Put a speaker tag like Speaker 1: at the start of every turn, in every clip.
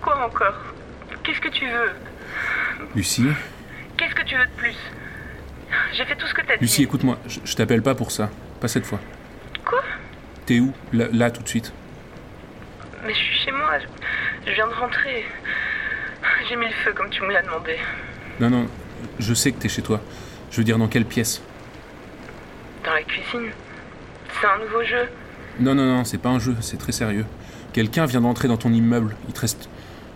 Speaker 1: Quoi encore Qu'est-ce que tu veux
Speaker 2: Lucie
Speaker 1: Qu'est-ce que tu veux de plus J'ai fait tout ce que t'as dit.
Speaker 2: Lucie, écoute-moi, je, je t'appelle pas pour ça. Pas cette fois.
Speaker 1: Quoi
Speaker 2: T'es où là, là, tout de suite.
Speaker 1: Mais je suis chez moi. je- Je viens de rentrer. J'ai mis le feu comme tu me l'as demandé.
Speaker 2: Non, non, je sais que t'es chez toi. Je veux dire, dans quelle pièce
Speaker 1: Dans la cuisine. C'est un nouveau jeu.
Speaker 2: Non, non, non, c'est pas un jeu, c'est très sérieux. Quelqu'un vient d'entrer dans ton immeuble. Il te reste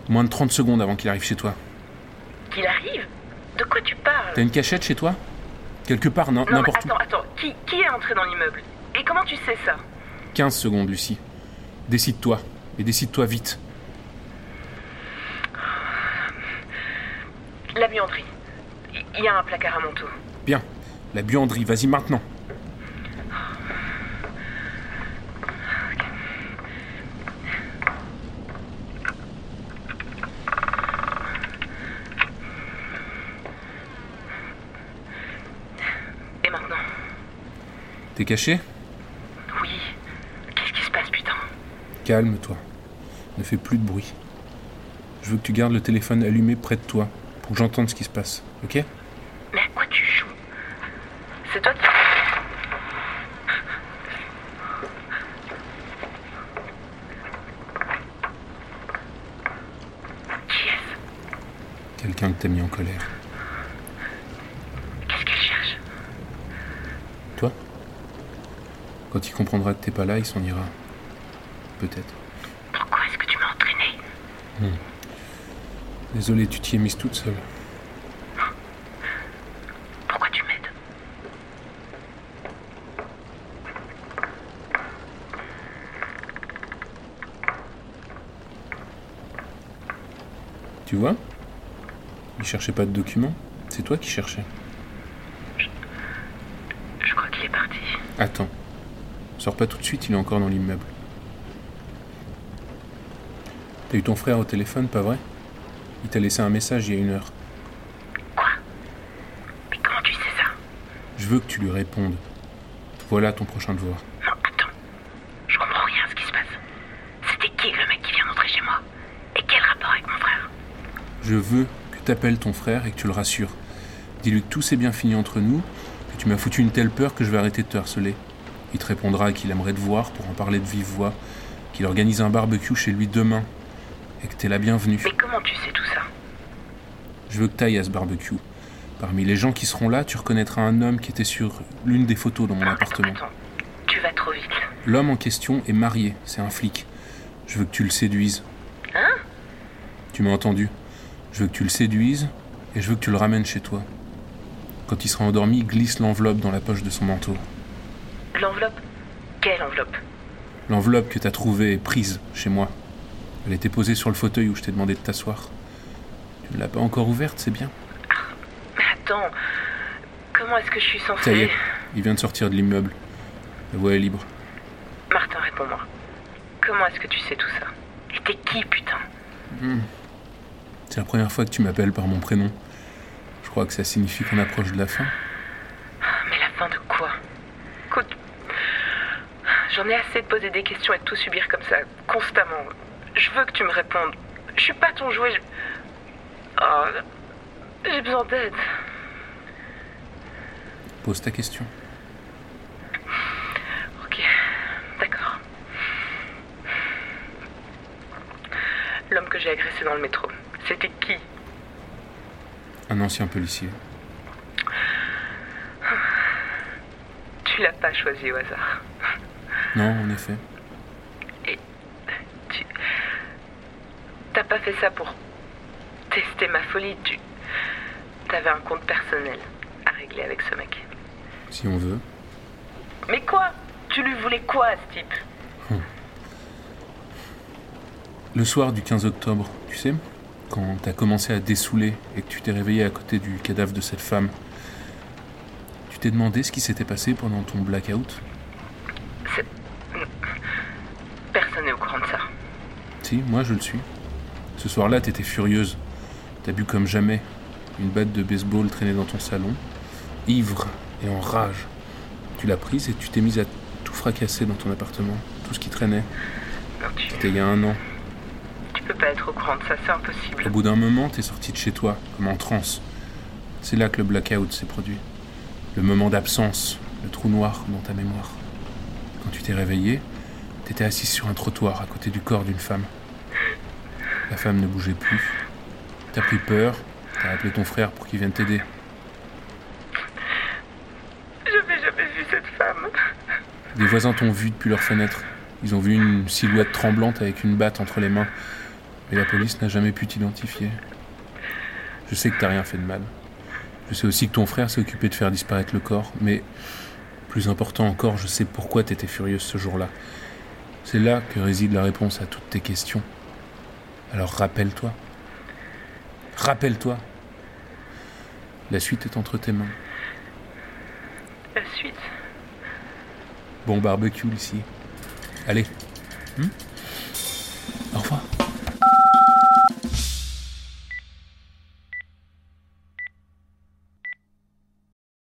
Speaker 2: moins de 30 secondes avant qu'il arrive chez toi.
Speaker 1: Qu'il arrive De quoi tu parles
Speaker 2: T'as une cachette chez toi Quelque part, non,
Speaker 1: Non, mais
Speaker 2: n'importe où.
Speaker 1: attends, attends. Qui, qui est entré dans l'immeuble Et comment tu sais ça
Speaker 2: 15 secondes, Lucie. Décide-toi. Et décide-toi vite.
Speaker 1: La buanderie. Il- Il y a un placard à manteaux.
Speaker 2: Bien. La buanderie, vas-y maintenant.
Speaker 1: Et maintenant
Speaker 2: T'es caché
Speaker 1: Oui. Qu'est-ce qui se passe, putain
Speaker 2: Calme-toi. Ne fais plus de bruit. Je veux que tu gardes le téléphone allumé près de toi pour que j'entende ce qui se passe, ok
Speaker 1: Mais à quoi tu joues C'est toi qui... Qui est-ce
Speaker 2: Quelqu'un que t'as mis en colère.
Speaker 1: Qu'est-ce qu'il cherche
Speaker 2: Toi Quand il comprendra que t'es pas là, il s'en ira. Peut-être.
Speaker 1: Pourquoi est-ce que tu m'as entraîné
Speaker 2: Désolé, tu t'y es mise toute seule.
Speaker 1: Pourquoi tu m'aides
Speaker 2: Tu vois Il cherchait pas de documents. C'est toi qui cherchais.
Speaker 1: Je crois qu'il est parti.
Speaker 2: Attends. Sors pas tout de suite, il est encore dans l'immeuble. T'as eu ton frère au téléphone, pas vrai Il t'a laissé un message il y a une heure.
Speaker 1: Quoi Mais comment tu sais ça
Speaker 2: Je veux que tu lui répondes. Voilà ton prochain devoir.
Speaker 1: Non, attends. Je comprends rien à ce qui se passe. C'était qui le mec qui vient d'entrer chez moi Et quel rapport avec mon frère
Speaker 2: Je veux que t'appelles ton frère et que tu le rassures. Dis-lui que tout s'est bien fini entre nous, que tu m'as foutu une telle peur que je vais arrêter de te harceler. Il te répondra qu'il aimerait te voir pour en parler de vive voix, qu'il organise un barbecue chez lui demain et que t'es la bienvenue.
Speaker 1: Mais comment tu sais tout ça
Speaker 2: Je veux que t'ailles à ce barbecue. Parmi les gens qui seront là, tu reconnaîtras un homme qui était sur l'une des photos dans mon appartement.
Speaker 1: Attends, tu vas trop vite.
Speaker 2: L'homme en question est marié, c'est un flic. Je veux que tu le séduises.
Speaker 1: Hein
Speaker 2: Tu m'as entendu Je veux que tu le séduises et je veux que tu le ramènes chez toi. Quand il sera endormi, glisse l'enveloppe dans la poche de son manteau.
Speaker 1: L'enveloppe Quelle enveloppe
Speaker 2: L'enveloppe que t'as trouvée est prise chez moi. Elle était posée sur le fauteuil où je t'ai demandé de t'asseoir. Tu ne l'as pas encore ouverte, c'est bien.
Speaker 1: Mais attends, comment est-ce que je suis censée...
Speaker 2: Ça y est, il vient de sortir de l'immeuble. La voie est libre.
Speaker 1: Martin, réponds-moi. Comment est-ce que tu sais tout ça Et t'es qui, putain
Speaker 2: C'est la première fois que tu m'appelles par mon prénom. Je crois que ça signifie qu'on approche de la fin.
Speaker 1: Ah, Mais la fin de quoi Écoute, j'en ai assez de poser des questions et de tout subir comme ça, constamment. Je veux que tu me répondes. Je suis pas ton jouet. je- Oh, j'ai besoin d'aide.
Speaker 2: Pose ta question.
Speaker 1: Ok, d'accord. L'homme que j'ai agressé dans le métro, c'était qui
Speaker 2: Un ancien policier.
Speaker 1: Tu l'as pas choisi au hasard.
Speaker 2: Non, en effet.
Speaker 1: Tu. T'as pas fait ça pour tester ma folie. Tu. T'avais un compte personnel à régler avec ce mec.
Speaker 2: Si on veut.
Speaker 1: Mais quoi Tu lui voulais quoi à ce type
Speaker 2: Le soir du 15 octobre, tu sais, quand t'as commencé à dessouler et que tu t'es réveillé à côté du cadavre de cette femme, tu t'es demandé ce qui s'était passé pendant ton blackout
Speaker 1: C'est- Personne n'est au courant de ça.
Speaker 2: Si, moi je le suis. Ce soir-là, t'étais furieuse. T'as bu comme jamais. Une batte de baseball traînée dans ton salon. Ivre et en rage. Tu l'as prise et tu t'es mise à tout fracasser dans ton appartement, tout ce qui traînait.
Speaker 1: Non, tu,
Speaker 2: C'était il y a un an.
Speaker 1: tu peux pas être au courant de ça, c'est impossible.
Speaker 2: Au bout d'un moment, t'es sorti de chez toi, comme en transe. C'est là que le blackout s'est produit. Le moment d'absence, le trou noir dans ta mémoire. Quand tu t'es réveillé, t'étais assise sur un trottoir à côté du corps d'une femme. La femme ne bougeait plus. T'as pris peur, t'as appelé ton frère pour qu'il vienne t'aider.
Speaker 1: J'avais jamais vu cette femme.
Speaker 2: Des voisins t'ont vu depuis leur fenêtre. Ils ont vu une silhouette tremblante avec une batte entre les mains. Mais la police n'a jamais pu t'identifier. Je sais que t'as rien fait de mal. Je sais aussi que ton frère s'est occupé de faire disparaître le corps. Mais plus important encore, je sais pourquoi t'étais furieuse ce jour-là. C'est là que réside la réponse à toutes tes questions. Alors rappelle-toi. Rappelle-toi. La suite est entre tes mains.
Speaker 1: La suite.
Speaker 2: Bon barbecue ici. Allez. Hmm Au revoir.